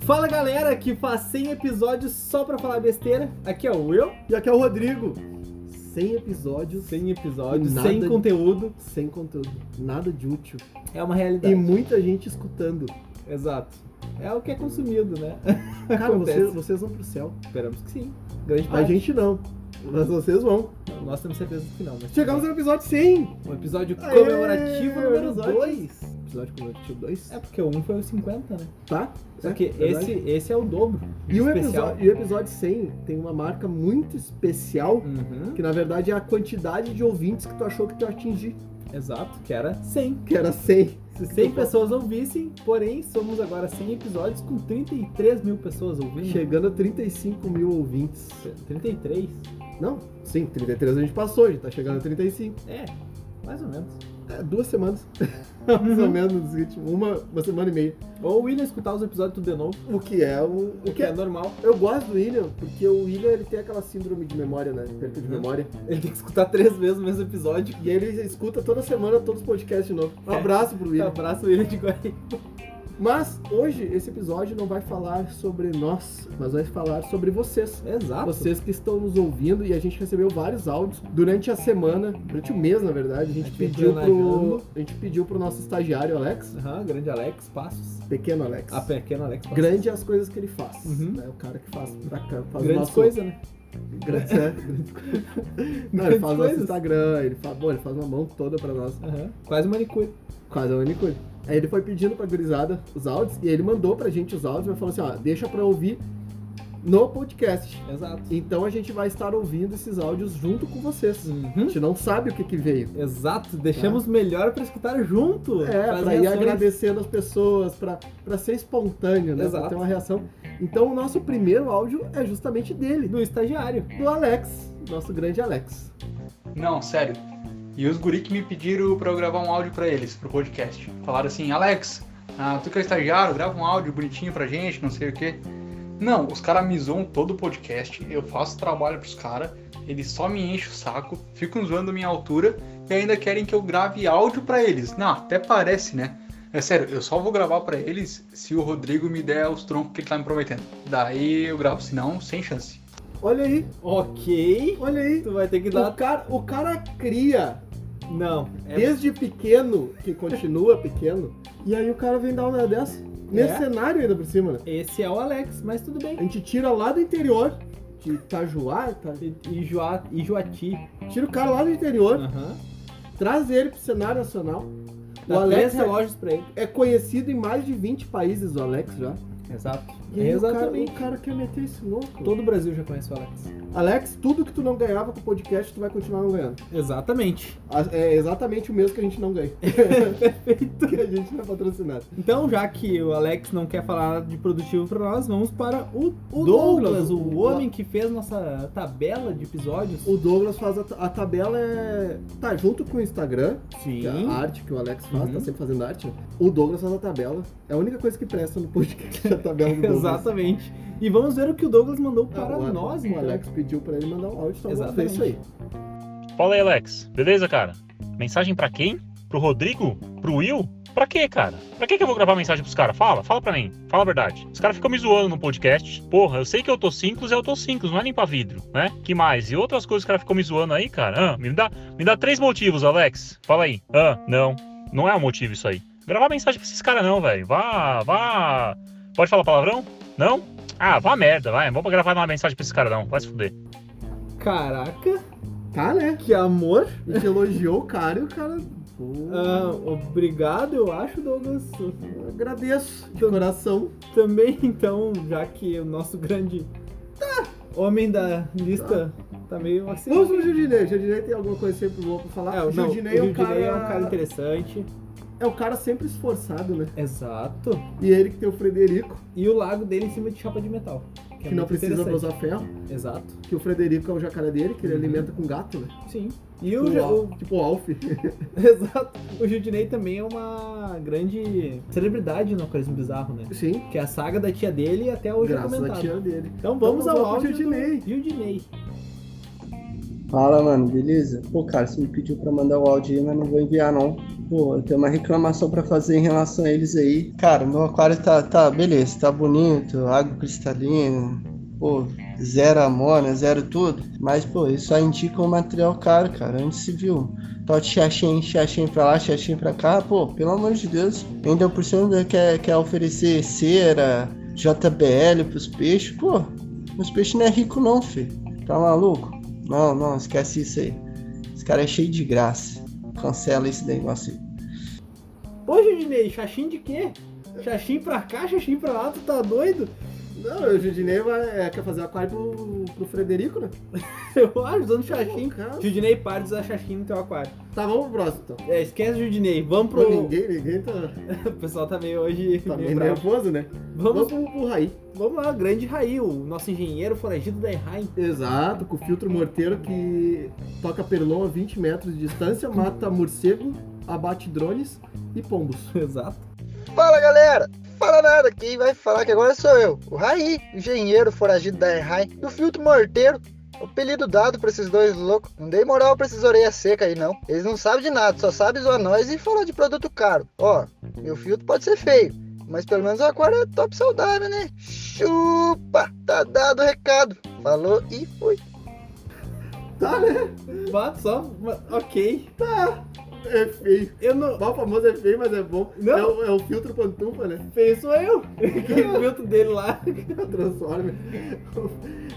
Fala galera que faz 100 episódios só pra falar besteira. Aqui é o Will. E aqui é o Rodrigo, 100 episódios. 100 episódios, Nada 100 de- conteúdo. sem conteúdo, nada de útil. É uma E realidade. muita gente escutando. Exato. É o que é consumido, né? Cara, Acontece. vocês, vocês vão pro céu. Esperamos que sim. Grande A parte. gente não, mas vocês vão. Nós temos certeza que não, mas. Chegamos ao episódio 100! Um episódio Aê, comemorativo número episódio. 2. Episódio comemorativo 2, É porque o 1 foi o 50, né? tá? Só É, que verdade. esse, esse é o dobro. E o, especial. episódio, e o episódio 100 tem uma marca muito especial, Uhum, que na verdade é a quantidade de ouvintes que tu achou que tu ia atingir, exato, que era 100. que era 100. Se 100 pessoas ouvissem, porém, somos agora 100 episódios com 33 mil pessoas ouvindo. Chegando a 35 mil ouvintes. 33? Não, sim, 33 a gente passou, a gente tá chegando a 35. É, mais ou menos. É, duas semanas. Mais ou menos, seguinte, uma, uma semana e meia. Ou o William escutar os episódios tudo de novo, O que é um. o que é normal. Eu gosto do William, porque o William ele tem aquela síndrome de memória, né? Perca de Uhum. memória. Ele tem que escutar três vezes o mesmo episódio. E ele escuta toda semana todos os podcasts de novo. Um É. abraço pro William. Abraço, William de Guaí. Mas hoje esse episódio não vai falar sobre nós, mas vai falar sobre vocês. Exato. Vocês que estão nos ouvindo e a gente recebeu vários áudios durante a semana, durante o mês, na verdade. A gente, A gente pediu foi pro. planejando. A gente pediu pro nosso estagiário Alex, Aham, grande Alex Passos. pequeno Alex. A pequena Alex Passos. Grande as coisas que ele faz. Uhum. né? O cara que faz pra cá, faz Grande nosso- coisa, né? Grandes, é, grandes coisas. Não, ele Grandes faz nosso coisas. Instagram, ele faz, bom, ele faz uma mão toda pra nós. Aham. Quase manicure. Quase a única coisa. Aí ele foi pedindo pra gurizada os áudios, e ele mandou pra gente os áudios, mas falou assim, ó, deixa pra ouvir no podcast. Exato. Então a gente vai estar ouvindo esses áudios junto com vocês. A Uhum. gente não sabe o que que veio. Exato, deixamos melhor pra escutar junto. É, Fazer pra ir ações. agradecendo as pessoas, pra, pra ser espontâneo, né? Exato. Pra ter uma reação. Então o nosso primeiro áudio é justamente dele, do estagiário. do Alex, nosso grande Alex. Não, sério. E os guri que me pediram pra eu gravar um áudio pra eles, pro podcast. Falaram assim, Alex, ah, tu que é estagiário, grava um áudio bonitinho pra gente, não sei o quê. Não, os caras me zoam todo o podcast, eu faço trabalho pros caras, eles só me enchem o saco, ficam zoando minha altura e ainda querem que eu grave áudio pra eles. Não, até parece, né? É sério, eu só vou gravar pra eles se o Rodrigo me der os troncos que ele tá me prometendo. Daí eu gravo, senão, sem chance. Olha aí, Ok. olha aí. Tu vai ter que O dar. cara, o cara cria Não. É... desde pequeno, que continua pequeno, e aí o cara vem dar uma dessa. Nesse É. cenário ainda por cima, né? Esse é o Alex, mas tudo bem. A gente tira lá do interior, de Itajuá, Ita- E e Joa- e Joati. tá tira o cara lá do interior, Aham. traz ele pro cenário nacional. O Dá três Alex é, relógios pra ele. é conhecido em mais de 20 países, o Alex já. Exato. E aí Exatamente. O, cara, o cara quer meter esse louco. Todo o Brasil já conhece o Alex. Alex, tudo que tu não ganhava com o podcast, tu vai continuar não ganhando. Exatamente. A- É exatamente o mesmo que a gente não ganha. Perfeito. Que a gente não é patrocinado. Então, já que o Alex não quer falar nada de produtivo pra nós, vamos para o, o Douglas, Douglas, o o- homem que fez nossa tabela de episódios. O Douglas faz a, ta- a tabela é. Tá junto com o Instagram, que é a arte que o Alex faz, Uhum. tá sempre fazendo arte. né? O Douglas faz a tabela. É a única coisa que presta no podcast é a tabela do Douglas. Exatamente. E vamos ver o que o Douglas mandou Ah, para o, Ale- nós, o então. Alex pediu pra ele mandar um áudio, então vamos ver Exatamente. isso aí. Fala aí, Alex. Beleza, cara? Mensagem pra quem? Pro Rodrigo? Pro Will? Pra quê, cara? Pra que que eu vou gravar mensagem pros caras? Fala, fala pra mim. Fala a verdade. Os caras ficam me zoando no podcast. Porra, eu sei que eu tô simples, eu tô simples, não é limpar vidro, né? Que mais? E outras coisas que os caras ficam me zoando aí, cara. Ah, me dá, me dá três motivos, Alex. Fala aí. Ah, não. Não é um motivo isso aí. Gravar mensagem pra esses caras não, velho. Vá, vá. Pode falar palavrão? Não? Ah, vá merda, vai. Não Vamos gravar uma mensagem pra esses caras não. Vai se fuder. Caraca, Tá, né? que amor. A gente elogiou o cara e o cara. Pô, Ah, obrigado, eu acho, Douglas. eu agradeço de coração. Também, então, já que o nosso grande homem da lista tá meio assim. Vamos pro Jardinei. O Jardinei tem alguma coisa sempre boa pra falar. É, o não, Jardinei é um cara. Jardinei é um cara interessante. é um cara sempre esforçado, né? Exato. E é ele que tem o Frederico, E o lago dele em cima de chapa de metal. que, é não muito precisa pra interessante. usar ferro. Exato. Que o Frederico é o jacaré dele, que ele Uhum. alimenta com gato, né? Sim. E o, Tipo Ja- o o, Al- tipo o Alf. exato. O Judinei também é uma grande celebridade no Corismo Bizarro, né? Sim, Que é a saga da tia dele até hoje é graças à comentada. tia dele. Então vamos Então, ao vamos áudio lá pro Judinei. do Judinei. Fala, mano, beleza? Pô, cara, você me pediu pra mandar o áudio aí, mas não vou enviar, não. Pô, tem uma reclamação pra fazer em relação a eles aí. Cara, meu aquário tá, tá beleza, tá bonito, água cristalina, pô, zero amônia, zero tudo. Mas, pô, isso só indica um material caro, cara, onde se viu. Tote xaxim, xaxim pra lá, xaxim pra cá, pô, pelo amor de Deus. Ainda por cima ainda quer, quer oferecer cera, JBL pros peixes, pô, os peixes não é rico não, fi. Tá maluco? Não, não, esquece isso aí. Esse cara é cheio de graça. Cancela esse negócio aí. Poxa, Dinei, xaxim de quê? Xaxim pra cá, xaxim pra lá, tu tá doido? Não, o Judinei vai, é, quer fazer aquário pro, pro Frederico, né? Eu acho, usando xaxim. Cara. Judinei, para de usar xaxim no teu aquário. Tá, vamos pro próximo então. É, esquece o Judinei, vamos Pô, pro... ninguém, ninguém tá, O pessoal tá meio hoje... tá meio meio bravo. nervoso, né? Vamos, Vamos pro, pro Raí. vamos lá, grande Raí, o nosso engenheiro foragido da Errai. Exato, com o filtro morteiro que toca perlon a 20 metros de distância, mata morcego, abate drones e pombos. Exato. Fala galera! Fala nada, quem vai falar que agora sou eu, o Raí, engenheiro foragido da Errai, do filtro morteiro, apelido dado pra esses dois loucos. Não dei moral pra esses orelhas secas aí não, eles não sabem de nada, só sabem zoar nós e falar de produto caro. Ó, meu filtro pode ser feio, mas pelo menos o aquário é top saudável, né? Chupa! Tá dado o recado. Falou e fui. Tá, né? Bato só, ma- ok. É feio. Eu não... O famoso é feio, mas é bom. Não. É, o, é o filtro pantufa, né? Feio sou eu. Aquele filtro dele lá Transforme.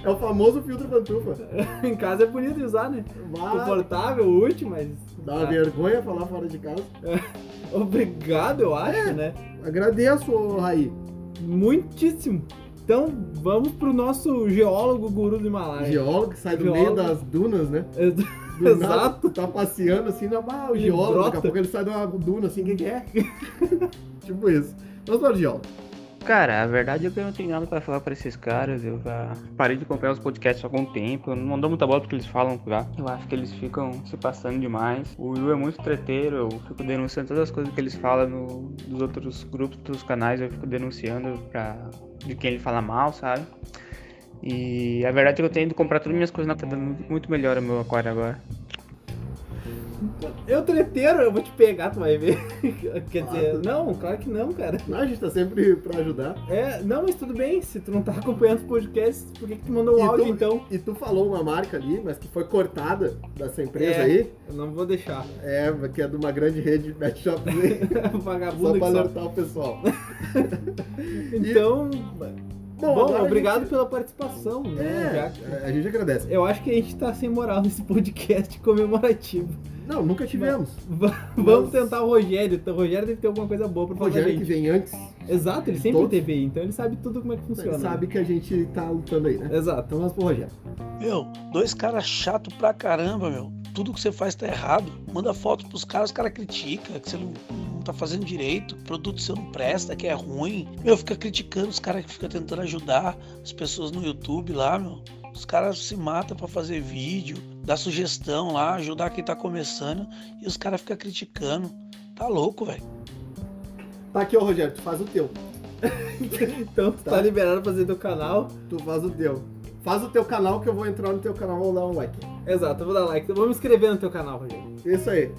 É o famoso filtro pantufa. em casa é bonito de usar, né? Vai, Confortável, útil, mas... dá uma vergonha falar fora de casa. É. Obrigado, eu acho, né? Agradeço, ô Raí. Muitíssimo. Então, vamos pro nosso geólogo guru do Himalaia. Geólogo que sai do Geólogo. meio das dunas, né? Ex- Do É, Exato. nada, tá passeando assim, na ah, o E geólogo, daqui brota. a pouco ele sai de uma duna assim, quem que é? tipo isso. Vamos para o geólogo. Cara, a verdade é que eu não tenho nada pra falar pra esses caras. Eu já parei de acompanhar os podcasts há algum tempo. Eu não dou muita bola porque eles falam já. Eu acho que eles ficam se passando demais. O Will é muito treteiro. Eu fico denunciando todas as coisas que eles falam no, dos outros grupos, dos canais. Eu fico denunciando pra, de quem ele fala mal, sabe? E a verdade é que eu tenho ido comprar todas as minhas coisas na. Tá dando muito- muito melhor o meu aquário agora. Eu treteiro, eu vou te pegar, tu vai ver. Quer dizer, Claro. não, claro que não, cara. Não, a gente tá sempre pra ajudar. É, não, mas tudo bem. Se tu não tá acompanhando os podcasts, por que, que tu mandou o E tu- áudio então? E tu falou uma marca ali, mas que foi cortada dessa empresa É. aí. Eu não vou deixar. É, que é de uma grande rede de pet shops aí. Vagabundo só que pra só. alertar o pessoal. Então, bom, agora a obrigado gente- pela participação. Né? É, Já- a gente agradece. Eu acho que a gente tá sem moral nesse podcast comemorativo. Não, nunca tivemos. Va- Vamos Mas- tentar o Rogério. então O Rogério deve ter alguma coisa boa pra O falar pra Rogério que gente. vem antes, Exato, ele sempre Todos. teve aí, então ele sabe tudo como é que funciona. ele sabe que a gente tá lutando aí, né? Exato. Então vamos pro Rogério. Meu, dois caras chato pra caramba, meu. Tudo que você faz tá errado. Manda foto pros caras, os caras criticam, que você não, não tá fazendo direito, que produto seu não presta, que é ruim. Meu, fica criticando os caras que fica tentando ajudar as pessoas no YouTube lá, meu. Os caras se matam pra fazer vídeo, dar sugestão lá, ajudar quem tá começando, e os caras ficam criticando. Tá louco, velho. Tá aqui, ó, Rogério, tu faz o teu. Então tu tá, Tá. liberado pra fazer teu canal. Tu faz o teu. Faz o teu canal que eu vou entrar no teu canal e vou dar um like. Exato, eu vou dar like. Eu vou me inscrever no teu canal, Rogério. Isso aí.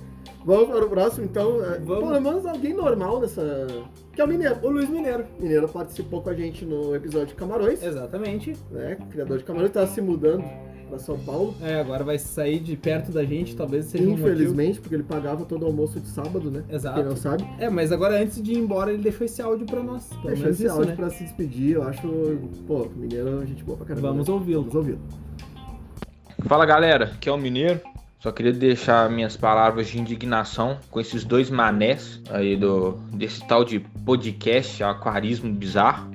Vamos para o próximo, então. É, Vamos. Pelo menos alguém normal nessa. Que é o Mineiro. O Luiz Mineiro. O Mineiro participou com a gente no episódio de Camarões, Exatamente. né? O criador de Camarões tá se mudando para São Paulo. É, agora vai sair de perto da gente, talvez seja um motivo. Infelizmente, porque ele pagava todo o almoço de sábado, né? Quem Exato. não sabe, É, mas agora antes de ir embora, ele deixou esse áudio pra nós. Pelo deixou menos esse isso, áudio né? pra se despedir. Eu acho, pô, o Mineiro é gente boa pra caramba. Vamos né? ouvi-lo. Vamos ouvir. Fala galera, aqui é o Mineiro. Só queria deixar minhas palavras de indignação com esses dois manés aí do desse tal de podcast aquarismo bizarro,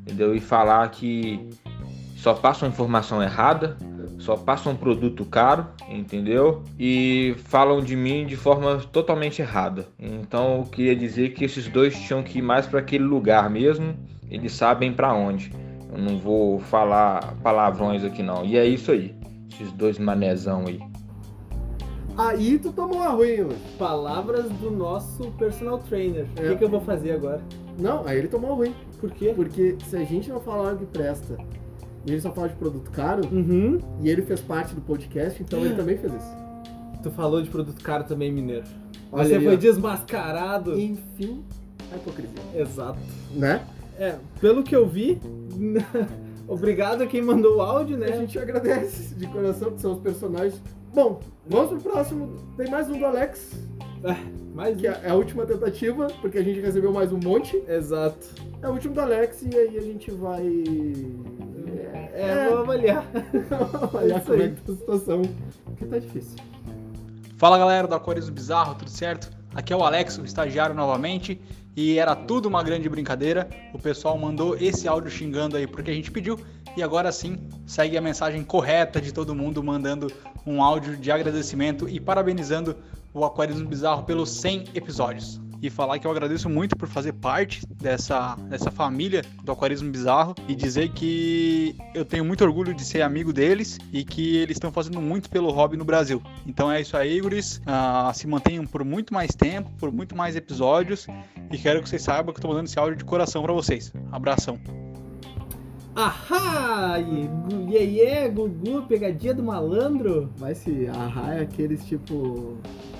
entendeu? E falar que só passam informação errada, só passam produto caro, entendeu? E falam de mim de forma totalmente errada. Então eu queria dizer que esses dois tinham que ir mais para aquele lugar mesmo. Eles sabem para onde. Eu não vou falar palavrões aqui não. E é isso aí. Esses dois manezão aí. Aí tu tomou uma ruim, hoje. Palavras do nosso personal trainer. O É. que, que eu vou fazer agora? Não, aí ele tomou uma ruim. Por quê? Porque se a gente não falar algo que presta, e ele só fala de produto caro, Uhum. e ele fez parte do podcast, então ele também fez isso. Tu falou de produto caro também, mineiro. Olha Você aí, foi ó. desmascarado. Enfim, a hipocrisia. Exato. Né? É, pelo que eu vi, obrigado a quem mandou o áudio, A né? gente agradece de coração que são os personagens. Bom, vamos pro próximo. Tem mais um do Alex, Mas que é a última tentativa, porque a gente recebeu mais um monte. Exato. É o último do Alex e aí a gente vai. É, vou avaliar. Olha isso como é aí. que tá a situação. Porque tá difícil. Fala galera do Aquarius Bizarro, tudo certo? Aqui é o Alex, o estagiário novamente, e era tudo uma grande brincadeira. O pessoal mandou esse áudio xingando aí porque a gente pediu, e agora sim segue a mensagem correta de todo mundo mandando um áudio de agradecimento e parabenizando o Aquarius Bizarro pelos 100 episódios. E falar que eu agradeço muito por fazer parte dessa, dessa família do Aquarismo Bizarro e dizer que eu tenho muito orgulho de ser amigo deles e que eles estão fazendo muito pelo hobby no Brasil. Então é isso aí, guris. Ah, se mantenham por muito mais tempo, por muito mais episódios. E quero que vocês saibam que eu tô mandando esse áudio de coração pra vocês. Abração. Ahá! E gu- e aí é, Gugu, pegadinha do malandro? Vai se arraia aqueles tipo.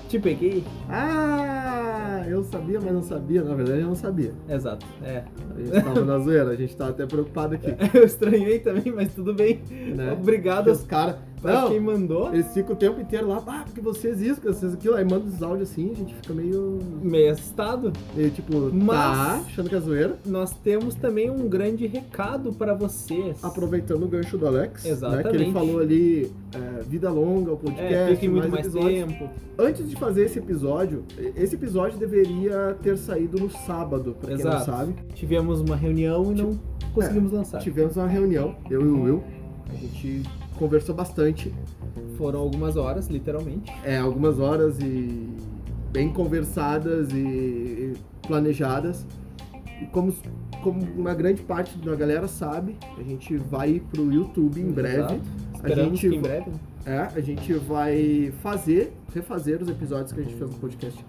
Te peguei? Ah, eu sabia, mas não sabia. Na verdade, eu não sabia. Exato, é. A gente tava na zoeira, a gente tava até preocupado aqui. Eu estranhei também, mas tudo bem. Né? Porque Obrigado os caras. pra quem Não, mandou. eles ficam o tempo inteiro lá, ah, porque vocês isso, porque vocês aquilo. Aí manda os áudios assim, a gente fica meio. Meio assustado. meio tipo, tá, Mas- achando que é zoeira. Nós temos também um grande recado pra vocês. Aproveitando o gancho do Alex, né, que Exatamente. ele falou ali, é, vida longa, o podcast, É, fiquem muito mais, episódios. tempo. Antes de fazer esse episódio, esse episódio deveria ter saído no sábado, pra quem Exato. não sabe. é, Tivemos uma reunião e não conseguimos lançar. Tivemos uma reunião, eu e o Will, a gente conversou bastante, Foram algumas horas, literalmente. é, algumas horas e bem conversadas e planejadas. E como, como uma grande parte da galera sabe, a gente vai pro YouTube em breve. Exato. Esperamos gente que em breve. né? É, a gente vai fazer, refazer os episódios que a gente fez no podcast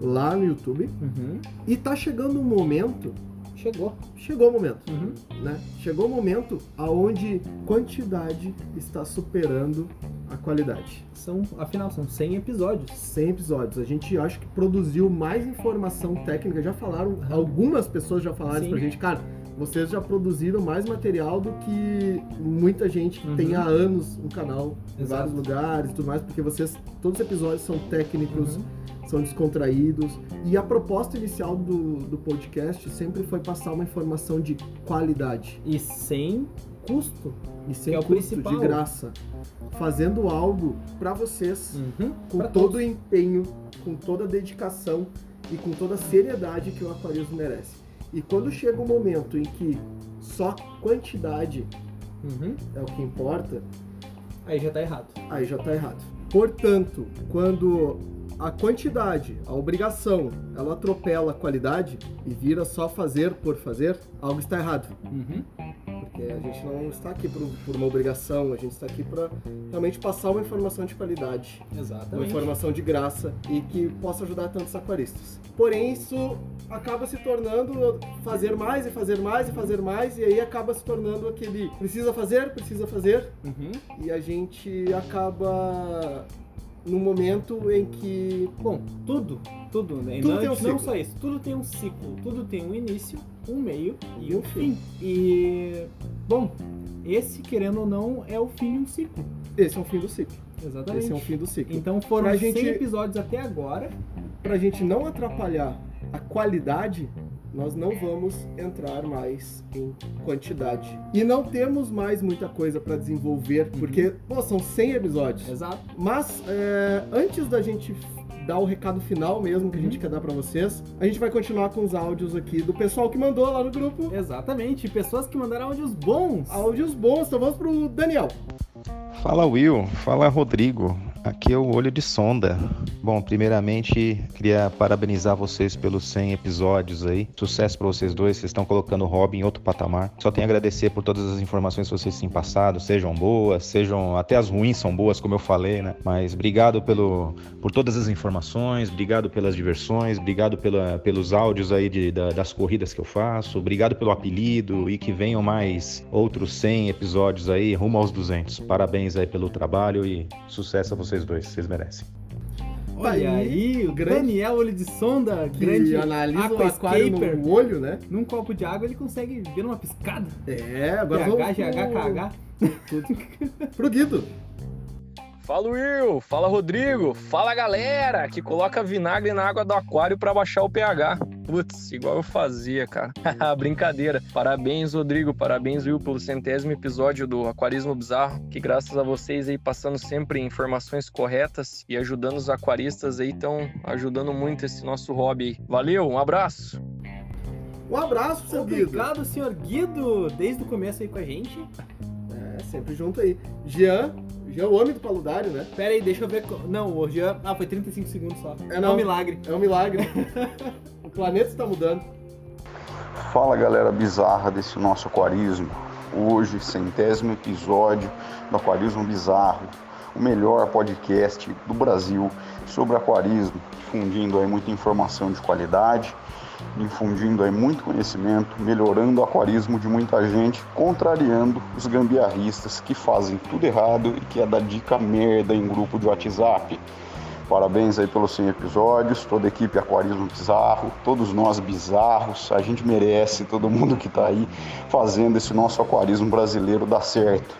lá no YouTube. Uhum. E tá chegando um momento, Chegou. chegou o momento, Uhum. né? Chegou o momento aonde quantidade está superando a qualidade. São, afinal, são 100 episódios. 100 episódios. A gente acho que produziu mais informação técnica. Já falaram, algumas pessoas já falaram isso Sim. pra gente, cara. Vocês já produziram mais material do que muita gente que Uhum. tem há anos um canal em Exato. vários lugares e tudo mais, porque vocês, todos os episódios são técnicos, Uhum. são descontraídos. E a proposta inicial do, do podcast sempre foi passar uma informação de qualidade E sem custo. e sem Que é o custo, principal. de graça. Fazendo algo pra vocês com Uhum, Pra todo o empenho, com toda a dedicação e com toda a seriedade que o aquarismo merece. E quando chega o momento em que só quantidade Uhum. é o que importa, Aí já tá errado. aí já tá errado. Portanto, quando a quantidade, a obrigação, ela atropela a qualidade e vira só fazer por fazer, algo está errado. Uhum. Porque a gente não está aqui por, por uma obrigação, a gente está aqui para realmente passar uma informação de qualidade uma Exatamente. informação de graça e que possa ajudar tantos aquaristas. Porém, isso acaba se tornando fazer mais e fazer mais e fazer mais, e aí acaba se tornando aquele precisa fazer, precisa fazer, Uhum. e a gente acaba num momento em que, Bom, tudo, tudo, né? Tudo não, tem um não ciclo. só isso, tudo tem um ciclo, tudo tem um início, um meio e E um um fim. E, bom, esse, querendo ou não, é o fim de um ciclo. esse é o fim do ciclo. Exatamente. Esse é o fim do ciclo. Então foram Pra 100 gente- episódios até agora. Pra gente não atrapalhar a qualidade, nós não vamos entrar mais em quantidade. E não temos mais muita coisa pra desenvolver, porque, pô, são 100 episódios. Uhum. Exato. Mas é, antes da gente dar o recado final mesmo que a Uhum. gente quer dar pra vocês, a gente vai continuar com os áudios aqui do pessoal que mandou lá no grupo. Exatamente. Pessoas que mandaram áudios bons. Áudios bons, então vamos pro Daniel. Fala Will, fala Rodrigo. Aqui é o Olho de Sonda. Bom, primeiramente queria parabenizar vocês pelos 100 episódios aí. Sucesso pra vocês dois, vocês estão colocando o hobby em outro patamar. Só tenho a agradecer por todas as informações que vocês têm passado, sejam boas, sejam até as ruins são boas, como eu falei, né? Mas obrigado pelo por todas as informações, obrigado pelas diversões, obrigado pela, pelos áudios aí de, da- das corridas que eu faço, obrigado pelo apelido e que venham mais outros 100 episódios aí rumo aos 200. Parabéns aí pelo trabalho e sucesso a vocês dois, vocês merecem. Tá Olha aí, o grande- Daniel Olho de Sonda, que grande analisa o aquário aquascaper. no olho, né? Num copo de água ele consegue ver numa piscada. É, agora GH, vamos GH, KH. pro, pro Guido. Fala Will, fala Rodrigo, fala galera que coloca vinagre na água do aquário pra baixar o pH. Putz, igual eu fazia, cara. Haha, Brincadeira. Parabéns, Rodrigo, parabéns, Will, pelo centésimo episódio do Aquarismo Bizarro, que graças a vocês aí passando sempre informações corretas e ajudando os aquaristas aí, estão ajudando muito esse nosso hobby. aí. Valeu, um abraço! Um abraço pro seu Guido. Obrigado, senhor Guido, desde o começo aí com a gente. É, sempre junto aí. Jean, Jean, o homem do paludário, né? Pera aí, deixa eu ver. co- Não, o Jean. Ah, foi 35 segundos só. É, É, não. um milagre. É um milagre. o planeta está mudando. Fala galera bizarra desse nosso aquarismo. Hoje, centésimo episódio do Aquarismo Bizarro, o melhor podcast do Brasil sobre aquarismo, difundindo aí muita informação de qualidade, difundindo aí muito conhecimento, melhorando o aquarismo de muita gente, contrariando os gambiarristas que fazem tudo errado e que é da dica merda em grupo de WhatsApp. Parabéns aí pelos 100 episódios, toda a equipe Aquarismo Bizarro, todos nós bizarros, a gente merece, todo mundo que tá aí fazendo esse nosso aquarismo brasileiro dar certo.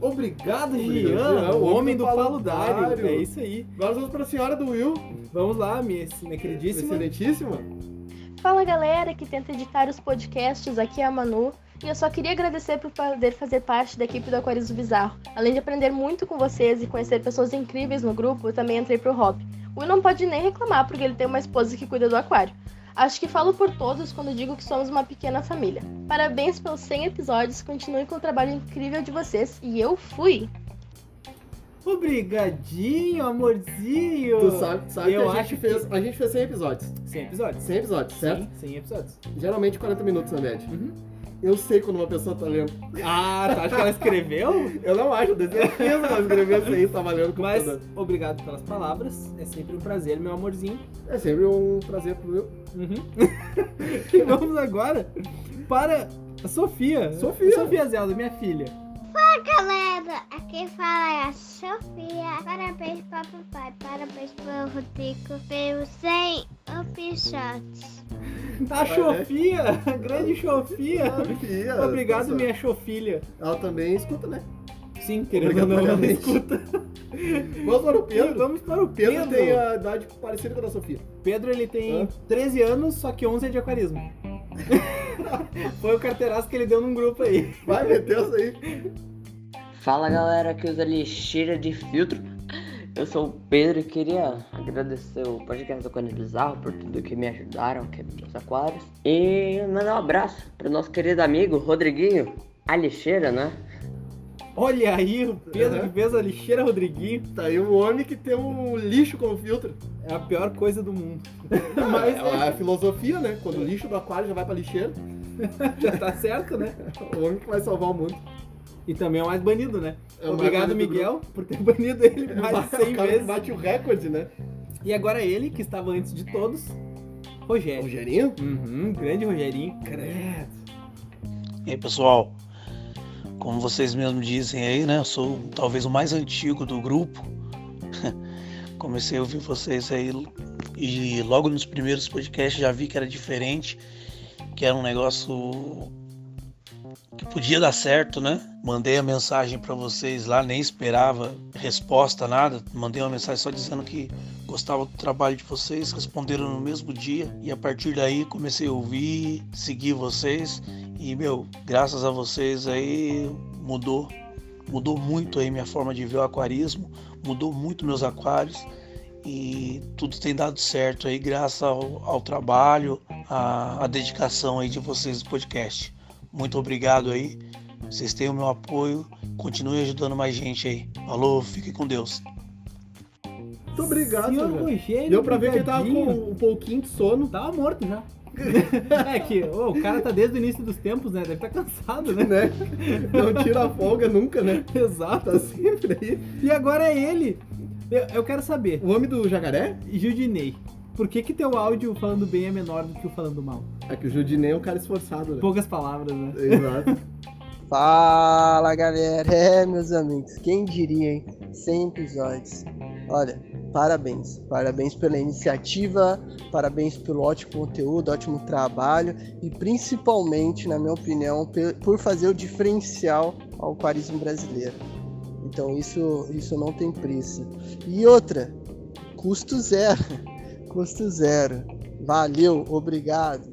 Obrigado, Obrigado, Jean, Jean, o homem do paludário. paludário. É isso aí. Hum. Agora vamos para a senhora do Will, Vamos lá, minha minha queridíssima. excelentíssima. Fala galera que tenta editar os podcasts, aqui é a Manu. E eu só queria agradecer por poder fazer parte da equipe do Aquarismo Bizarro. Além de aprender muito com vocês e conhecer pessoas incríveis no grupo, eu também entrei pro Hop. O Will não pode nem reclamar porque ele tem uma esposa que cuida do aquário. Acho que falo por todos quando digo que somos uma pequena família. Parabéns pelos 100 episódios, continuem com o trabalho incrível de vocês e eu fui! Obrigadinho, amorzinho. Tu sabe, sabe eu que a gente acho fez, a gente fez 100 episódios. 100 episódios. 100 episódios, certo? 100, 100 episódios. Geralmente 40 minutos na média. Uhum. Eu sei quando uma pessoa tá lendo. Ah, tá, acho que ela escreveu? Eu não acho, eu tenho certeza que ela escreveu isso aí, tava lendo assim, tá com Mas obrigado pelas palavras. É sempre um prazer, meu amorzinho. É sempre um prazer pro Will. Uhum. e vamos agora para a Sofia. Sofia. Sofia Zelda, minha filha. Galera, aqui fala é a Sofia. Parabéns para papai, parabéns para o Rodrigo pelo 100 episódios. A né? Sofia, a Ah, grande Sofia. Sofia, Obrigado, pessoal. minha Sofia. Ela também escuta, né? é Sim, querendo ou não, ela Obrigatoriamente. escuta. Vamos para o E Pedro. vamos para o Pedro. Pedro tem a idade parecida com a da Sofia. Pedro, ele tem Hã? 13 anos, só que 11 é de aquarismo. Foi o carteiraço que ele deu num grupo aí. Vai meter isso aí. Fala galera que usa lixeira de filtro. Eu sou o Pedro e queria agradecer o podcast do Cone Bizarro por tudo que me ajudaram, que é os aquários. E mandar um abraço pro nosso querido amigo Rodriguinho, a lixeira, né? Olha aí, o Pedro Aham. que fez a lixeira Rodriguinho. Tá aí um homem que tem um lixo como filtro. É a pior coisa do mundo. Mas é a filosofia, né? Quando o lixo do aquário já vai pra lixeira, Já tá certo, né? o homem que vai salvar o mundo. E também é o mais banido, né? É o Obrigado, Marco Antônio Miguel, por ter banido ele Bruno. mais de O 100 cara que vezes. Bate o recorde, né? E agora ele, que estava antes de todos, Rogério. Rogerinho? Uhum, grande Rogerinho. Credo. E aí, pessoal? Como vocês mesmos dizem aí, né? Eu sou talvez o mais antigo do grupo. Comecei a ouvir vocês aí e logo nos primeiros podcasts já vi que era diferente, que era um negócio que podia dar certo, né? Mandei a mensagem pra vocês lá, nem esperava resposta, nada. Mandei uma mensagem só dizendo que gostava do trabalho de vocês, responderam no mesmo dia e a partir daí comecei a ouvir, seguir vocês. E, meu, graças a vocês aí mudou. Mudou muito aí minha forma de ver o aquarismo, mudou muito meus aquários e tudo tem dado certo aí graças ao, ao trabalho, à, à dedicação aí de vocês do podcast. Muito obrigado aí. Vocês têm o meu apoio. Continuem ajudando mais gente aí. Falou, fique com Deus. Muito obrigado, Senhor Rogério. Rogério. Deu pra ver que ele tava brigadinho. com um pouquinho de sono. Tava morto já. é que ô, o cara tá desde o início dos tempos, né? Deve tá cansado, né? Né? Não tira a folga nunca, né? Exato. Tá sempre aí. E agora é ele. Eu, eu quero saber, O homem do jacaré? Gildinei, por que que teu áudio falando bem é menor do que o falando mal? É que o Judinei é um cara esforçado, né? Poucas palavras, né? Exato. Fala galera! É, meus amigos, quem diria, hein? 100 episódios. Olha, Parabéns, parabéns pela iniciativa, parabéns pelo ótimo conteúdo, ótimo trabalho e principalmente, na minha opinião, pe- por fazer o diferencial ao aquarismo brasileiro. Então isso, isso não tem preço. E outra, custo zero, custo zero. Valeu, obrigado.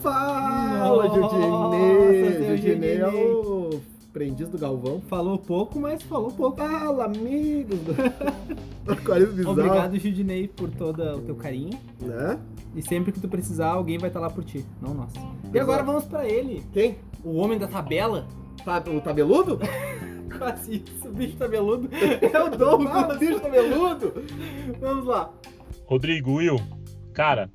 Fala, Nossa, Judinei! seu Judinei é Judinei. o aprendiz do Galvão. Falou pouco, mas falou pouco. Fala, amigos! Tá bizarro. Obrigado, Judinei, por todo o teu carinho. Né? E sempre que tu precisar, alguém vai estar lá por ti, não nós. E agora Exato. vamos pra ele. Quem? Tá, O homem da tabela. o tabeludo? Quase isso, o bicho tabeludo. É o Dom, o bicho tabeludo. Vamos lá. Rodrigo, Will, cara,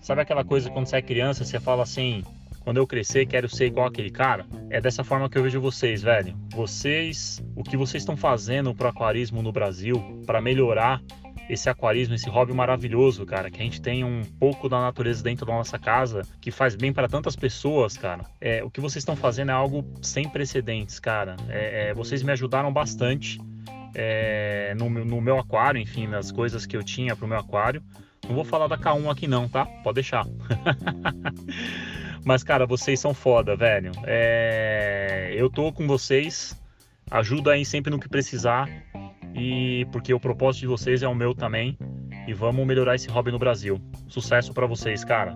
sabe aquela coisa quando você é criança, você fala assim, quando eu crescer quero ser igual aquele cara? É dessa forma que eu vejo vocês, velho. Vocês, o que vocês estão fazendo pro aquarismo no Brasil, pra melhorar esse aquarismo, esse hobby maravilhoso, cara, que a gente tem um pouco da natureza dentro da nossa casa, que faz bem pra tantas pessoas, cara. É, o que vocês estão fazendo é algo sem precedentes, cara. É, é, vocês me ajudaram bastante é, no, meu- no meu aquário, enfim, nas coisas que eu tinha pro meu aquário. Não vou falar da K1 aqui não, tá? Pode deixar. Mas, cara, vocês são foda, velho. É, eu tô com vocês. Ajuda aí sempre no que precisar. E porque o propósito de vocês é o meu também. E vamos melhorar esse hobby no Brasil. Sucesso pra vocês, cara.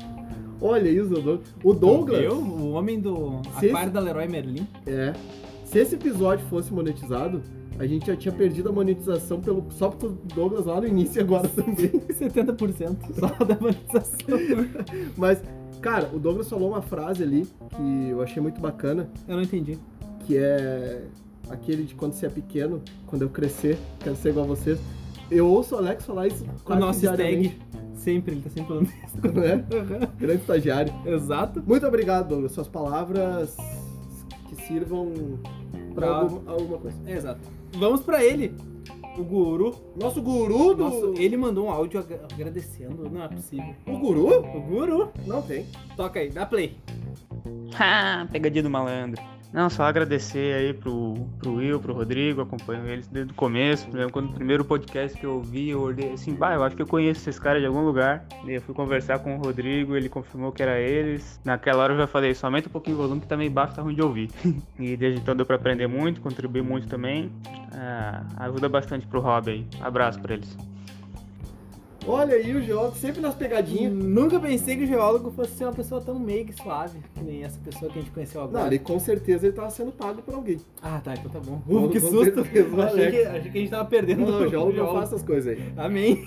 Olha isso, o Doug- o Douglas. Eu, o homem do Se- aquário da Leroy Merlin. É. Se esse episódio fosse monetizado, a gente já tinha perdido a monetização pelo, só porque o Douglas lá no início e agora também. 70% só da monetização. Mas, cara, o Douglas falou uma frase ali que eu achei muito bacana. Eu não entendi. Que é aquele de quando você é pequeno, quando eu crescer, quero ser igual a vocês. Eu ouço o Alex falar isso Com o quase nosso diariamente, tag. Sempre, ele tá sempre falando isso. né? Grande estagiário. Exato. Muito obrigado, Douglas. Suas palavras que sirvam pra Pra- alguma, alguma coisa. Exato. Vamos pra ele. O guru. Nosso guru do- Nosso- ele mandou um áudio aga- agradecendo. Não é possível. O guru? O guru. Não tem. Toca aí, dá play. Ah, pegadinha do malandro. Não, só agradecer aí pro, pro Will, pro Rodrigo, acompanho eles desde o começo. Eu lembro quando o primeiro podcast que eu ouvi, eu olhei assim, bah, eu acho que eu conheço esses caras de algum lugar. E eu fui conversar com o Rodrigo, ele confirmou que era eles. Naquela hora eu já falei, só aumenta um pouquinho o volume que tá meio baixo, tá ruim de ouvir. e desde então deu pra aprender muito, contribuir muito também. Ah, ajuda bastante pro hobby aí. Abraço pra eles. Olha aí o geólogo sempre nas pegadinhas. Nunca pensei que o geólogo fosse ser uma pessoa tão meiga e suave, que nem essa pessoa que a gente conheceu agora. Não, ele com certeza ele tava sendo pago por alguém. Ah, tá, então tá bom. Com- Uh, que com susto! certeza, o Achei Alex. que, achei que a gente tava perdendo. Não, não, o geólogo não geólogo. faz essas coisas aí. Amém.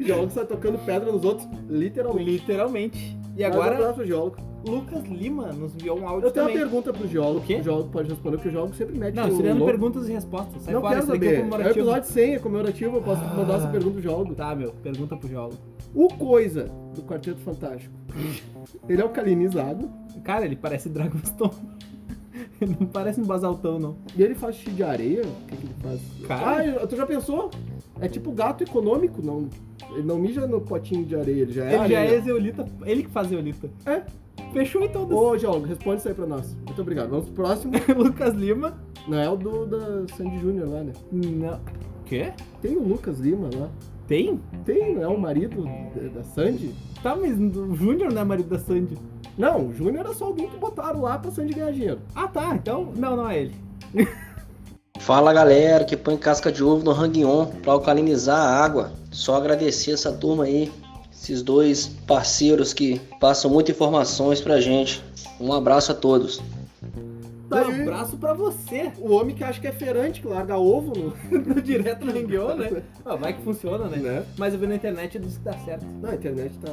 O geólogo sai tocando pedra nos outros, literalmente. Literalmente. E Mas agora- Um abraço, ao geólogo. Lucas Lima nos enviou um áudio Eu tenho também. uma pergunta pro geólogo. O, o geólogo pode responder, porque o geólogo sempre mete Não, o isso não é tipo, louco. perguntas e respostas. Sai Não fora, quero isso daqui é saber. É o comemorativo. episódio 100, é comemorativo, eu posso mandar essa Ah. pergunta pro geólogo. Tá, meu, pergunta pro geólogo. O Coisa, do Quarteto Fantástico. Ele é o calinizado. Cara, ele parece Dragonstone. Ele não parece um basaltão, não. E ele faz xixi de areia? O que, que ele faz? Cara. Ah, tu já pensou? É tipo gato econômico, não. Ele não mija no potinho de areia, ele já é. ele já é areia. zeolita, ele que faz zeolita. É. Fechou então. Ô, Geólogo, responde isso aí pra nós. Muito obrigado. Vamos pro próximo. Lucas Lima. Não é o do da Sandy Júnior lá, né? É? Não. Quê? Tem o Lucas Lima lá. Tem? Tem, não é o marido da- da Sandy? Tá, mas o Júnior não é marido da Sandy. Não, o Júnior era só alguém que botaram lá pra Sandy ganhar dinheiro. Ah, tá, então. Não, não é ele. Fala galera que põe casca de ovo no hang-on para alcalinizar a água. Só agradecer essa turma aí, esses dois parceiros que passam muitas informações pra gente. Um abraço a todos. um abraço pra você. O homem que acha que é ferante, que larga ovo no, direto no Hangyo, né? Ah, vai que funciona, né? Mas eu vi na internet e disse que dá certo. Não, a internet tá.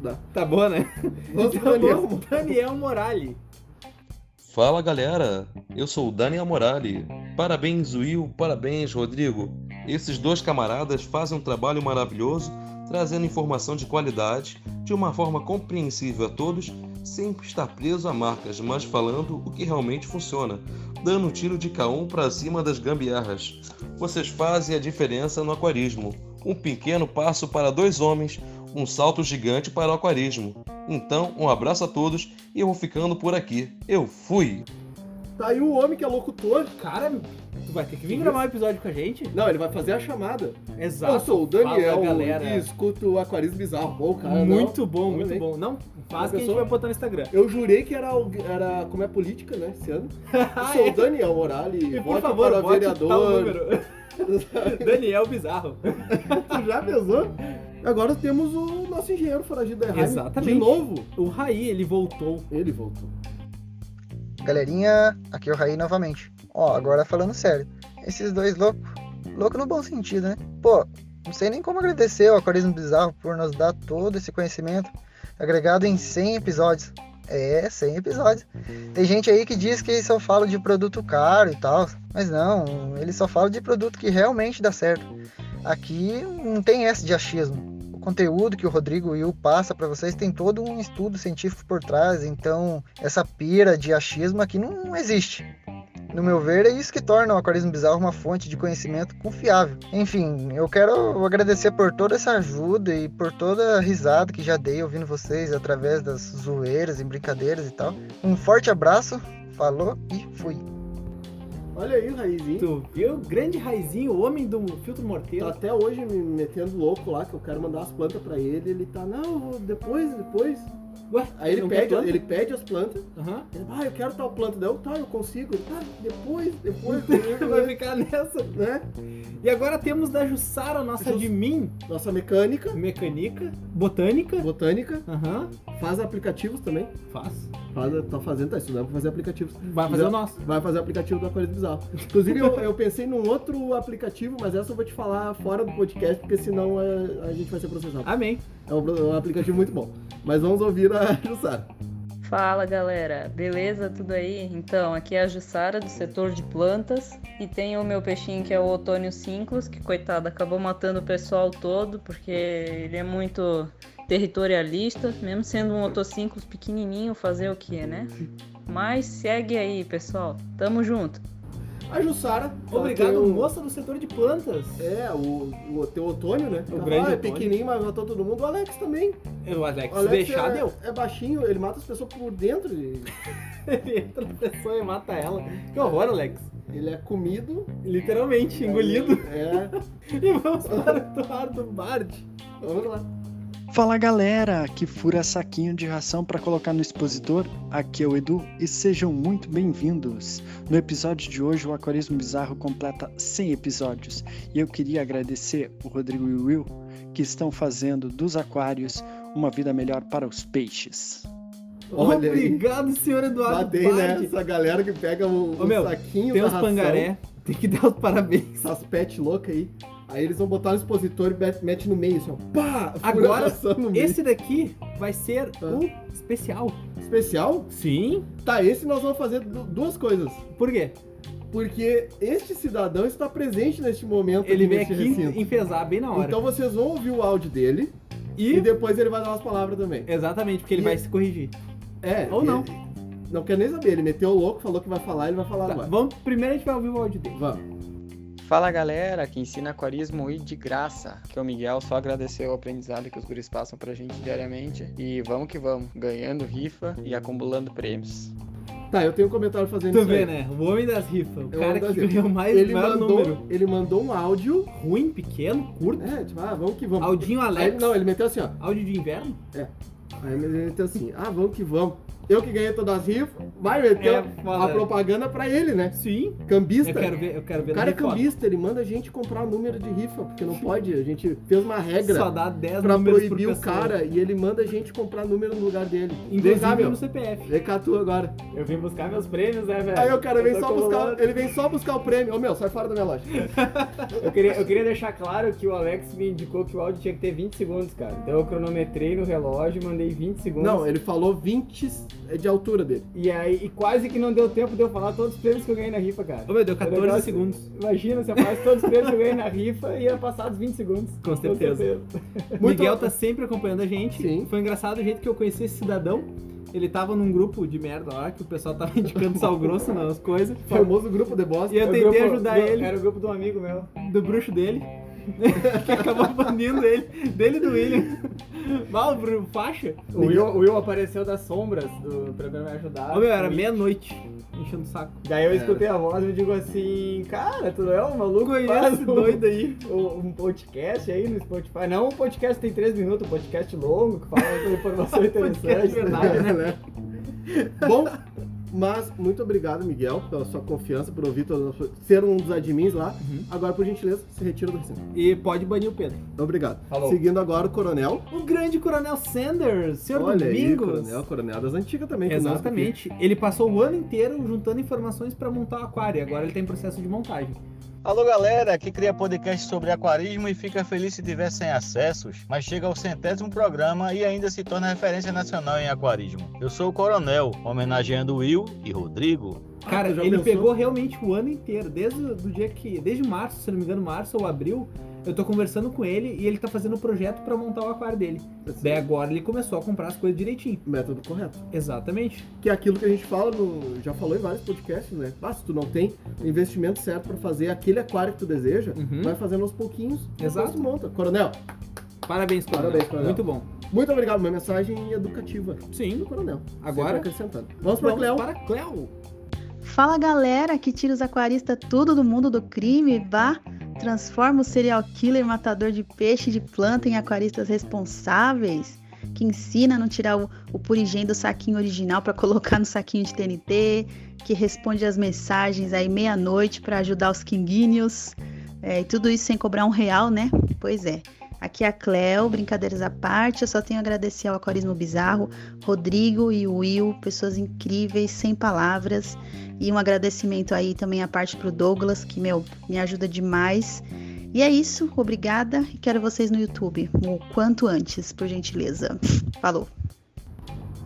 Dá. Tá boa, né? Vamos pro Daniel, Daniel. Daniel Morali. Fala galera, eu sou o Daniel Morali. Parabéns, Will, parabéns, Rodrigo. Esses dois camaradas fazem um trabalho maravilhoso, trazendo informação de qualidade de uma forma compreensível a todos, sem estar preso a marcas, mas falando o que realmente funciona, dando um tiro de K1 para cima das gambiarras. Vocês fazem a diferença no aquarismo. Um pequeno passo para dois homens, um salto gigante para o aquarismo. Então, um abraço a todos e eu vou ficando por aqui. Eu fui! Tá aí o homem que é locutor. Cara, Tu vai ter que vir gravar um episódio com a gente? Não, ele vai fazer a chamada. Exato. Eu sou o Daniel Fala, galera. e escuto o Aquarismo Bizarro. Pô, cara, muito não. bom, muito Olha aí. bom. Não, faz Uma que a gente pessoa- vai botar no Instagram. Eu jurei que era, algu- era como é política, né, esse ano. Eu sou o Daniel Morali, E por voto favor, para bote tal vereador. número. Daniel Bizarro. Tu já pensou? Agora temos o nosso engenheiro foragido da Erraim. Exatamente. De novo. O Raí, ele voltou. Ele voltou. Galerinha, aqui é o Raí novamente. Ó, agora falando sério. Esses dois loucos, louco no bom sentido, né? Pô, não sei nem como agradecer ao Aquarismo Bizarro por nos dar todo esse conhecimento agregado em 100 episódios. É, 100 episódios. Tem gente aí que diz que só fala de produto caro e tal, mas não, ele só fala de produto que realmente dá certo. Aqui não tem essa de achismo o conteúdo que o Rodrigo e o passa para vocês tem todo um estudo científico por trás, então essa pira de achismo aqui não existe. No meu ver, é isso que torna o Aquarismo Bizarro uma fonte de conhecimento confiável. Enfim, eu quero agradecer por toda essa ajuda e por toda a risada que já dei ouvindo vocês através das zoeiras e brincadeiras e tal. Um forte abraço, falou e fui. Olha aí o Raizinho. Tu viu? Grande Raizinho, o homem do filtro morteiro. Tá até hoje me metendo louco lá, que eu quero mandar as plantas pra ele. Ele tá, não, eu vou depois, depois. Ué, Aí ele não quer pede, planta? ele pede as plantas. Aham. Ele, ah, eu quero tal planta. Daí eu, tá, eu consigo. Ele, Tá, depois, depois. Vai ficar nessa, né? E agora temos da Jussara, nossa de mim. Nossa mecânica. Mecânica. Botânica. Botânica. Aham. Faz aplicativos também. Faz. Faz, tá fazendo, tá estudando pra fazer aplicativos. Vai fazer o nosso. Vai fazer o aplicativo do Aquarismo Bizarro. Inclusive, eu, eu pensei num outro aplicativo, mas essa eu vou te falar fora do podcast, porque senão é, a, gente vai ser processado. Amém. É um, pro- um aplicativo muito bom. Mas vamos ouvir a Jussara. Fala galera, beleza? Tudo aí? Então, aqui é a Jussara do setor de plantas e tem o meu peixinho que é o Otônio Cinclus, que coitado acabou matando o pessoal todo porque ele é muito territorialista, mesmo sendo um Otocinclus pequenininho, fazer o que, né? Mas segue aí, pessoal, tamo junto! A Jussara. Obrigado, moça do setor de plantas. É, o, o teu Otônio, né? O Ela, grande ah, é Otônio. pequenininho, mas matou todo mundo. O Alex também. O Alex, O se deixar, é, deu. é baixinho, ele mata as pessoas por dentro. Ele... ele entra na pessoa e mata ela. Que horror, Alex. Ele é comido. Literalmente, engolido. É. e vamos para o ar do Bard. Vamos lá. Fala galera que fura saquinho de ração para colocar no expositor, aqui é o Edu e sejam muito bem-vindos. No episódio de hoje, o Aquarismo Bizarro completa 100 episódios e eu queria agradecer o Rodrigo e o Will que estão fazendo dos aquários uma vida melhor para os peixes. Olha aí. Obrigado, senhor Eduardo. Batei, né? Bard. Essa galera que pega o, Ô, o meu, saquinho tem da uns ração. pangaré, tem que dar os parabéns. Essas pet loucas aí. Aí eles vão botar no expositor e bet- mete no meio, assim, ó. Pá! Fura a Agora, ração no meio. esse daqui vai ser o especial. Ah. Especial? Sim. Tá, esse nós vamos fazer du- duas coisas. Por quê? Porque este cidadão está presente neste momento. Ele vem neste aqui recinto. enfesar bem na hora. Então vocês vão ouvir o áudio dele. E, depois ele vai dar umas palavras também. Exatamente, porque ele E- vai se corrigir. É. Ou não. ele- não quero nem saber. Ele meteu o louco, falou que vai falar, ele vai falar agora. Tá, Vamos, primeiro a gente vai ouvir o áudio dele. Vamos. Fala galera que ensina aquarismo e de graça. Que é o Miguel só agradeceu o aprendizado que os guris passam pra gente diariamente. E vamos que vamos, ganhando rifa e acumulando prêmios. Tá, eu tenho um comentário fazendo Tu isso vê, aí. né? O homem das rifas. O Eu cara ando que assim. ganhou mais ele maior mandou, número. Ele mandou um áudio. Ruim, pequeno, curto. É, tipo, ah, vamos que vamos. Audinho Aí Alex. ele- não, ele meteu assim, ó. Áudio de inverno? É. Aí ele meteu assim, ah, vamos que vamos. Eu que ganhei todas as rifas, vai meter É, foda. a propaganda pra ele, né? Sim. Cambista. Eu quero ver, eu quero ver O cara é na foto. cambista, ele manda a gente comprar o número de rifa, porque não pode. A gente fez uma regra Só dá 10 pra números por proibir o pessoa. cara e ele manda a gente comprar número no lugar dele. Inclusive Vem cá, meu. no CPF. Vem cá tu agora. Eu vim buscar meus prêmios, né, velho? Aí o cara vem Eu tô só buscar. acumulando. Ele vem só buscar o prêmio. Ô meu, sai fora da minha loja. Eu queria, eu queria deixar claro que o Alex me indicou que o áudio tinha que ter 20 segundos, cara. Então eu cronometrei no relógio, mandei 20 segundos. Não, ele falou 20 de altura dele. E aí, e quase que não deu tempo de eu falar todos os prêmios que eu ganhei na rifa, cara. Ô, meu, deu 14 O negócio- segundos. Imagina, se eu falasse todos os prêmios que eu ganhei na rifa, ia passar dos 20 segundos. Com certeza. Muito- Miguel tá sempre acompanhando a gente. Foi engraçado o jeito que eu conheci esse cidadão. Ele tava num grupo de merda lá que o pessoal tava indicando sal grosso nas coisas. Famoso grupo de bosta. E eu Era É o tentei grupo- ajudar do- ele. Era o grupo de um amigo meu. Do bruxo dele. que acabou banindo ele. Dele e do William. Mal, Bruno, faixa? O Will, o Will apareceu das sombras do, pra me ajudar. Ô, meu, era E- meia-noite, enchendo o saco. Daí eu escutei a voz e eu digo assim, cara, tu não é um maluco que Conhece faz um- doido aí. Um, um podcast aí no Spotify. Não, um podcast tem três minutos, um podcast longo, que fala sobre informação Podcast interessante. verdade, né? Bom, mas muito obrigado, Miguel, pela sua confiança, por ouvir todas as- ser um dos admins lá. Uhum. Agora, por gentileza, se retira do recinto. E pode banir o Pedro. Obrigado. Falou. Seguindo agora o Coronel. O grande Coronel Sanders, senhor Olha Domingos. aí, Coronel, Coronel das antigas também. conosco aqui. Exatamente. Ele passou o ano inteiro juntando informações pra montar o aquário. e Agora ele tem processo de montagem. Alô galera, que cria podcast sobre aquarismo e fica feliz se tiver 100 acessos, mas chega ao centésimo programa e ainda se torna referência nacional em aquarismo. Eu sou o Coronel, homenageando Will e Rodrigo. Cara, Ah, tu já ele pensou? pegou realmente o ano inteiro, desde o do dia que. Desde março, se não me engano, março ou abril, eu tô conversando com ele e ele tá fazendo o projeto pra montar o aquário dele. Daí agora ele começou a comprar as coisas direitinho. Tá Método correto. Exatamente. Que é aquilo que a gente fala, no- já falou em vários podcasts, né? Ah, se tu não tem o investimento certo pra fazer aquele aquário que tu deseja, vai fazendo aos pouquinhos. depois Uhum. Exato. tu monta. Coronel. Parabéns, Coronel. Parabéns, Coronel. Muito bom. Muito obrigado, uma mensagem educativa. Sim. Do Coronel. Agora- Sempre acrescentando. Vamos pra Vamos Cleo. para Cleo. Fala galera que tira os aquaristas tudo do mundo do crime, vá! Transforma o serial killer matador de peixe e de planta em aquaristas responsáveis, que ensina a não tirar o, o purigem do saquinho original para colocar no saquinho de TNT, que responde as mensagens aí meia-noite para ajudar os quinguinhos, é, e tudo isso sem cobrar um real, né? Pois é. Aqui é a Cleo, brincadeiras à parte, eu só tenho a agradecer ao Aquarismo Bizarro, Rodrigo e Will, pessoas incríveis, sem palavras. E um agradecimento aí também à parte pro Douglas, que, meu, me ajuda demais. E é isso, obrigada e quero vocês no YouTube, o quanto antes, por gentileza. Falou!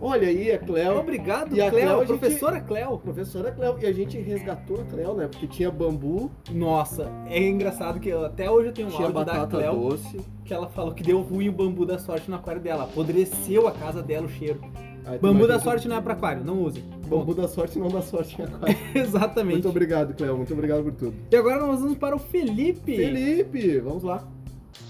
Olha aí, a Cleo. É, Obrigado, E a Cleo, Cleo, a gente- professora Cleo. Professora Cleo. E a gente resgatou a Cleo, né? Porque tinha bambu. Nossa, é engraçado que eu- até hoje eu tenho um Tinha áudio da batata Cleo doce. que ela falou que deu ruim o bambu da sorte no aquário dela. Apodreceu a casa dela o cheiro. Aí tu bambu imagina- da sorte não é pra aquário, não usem. Bambu da sorte não dá sorte em aquário. Exatamente. Muito obrigado, Cleo. Muito obrigado por tudo. E agora nós vamos para o Felipe. Felipe, vamos lá.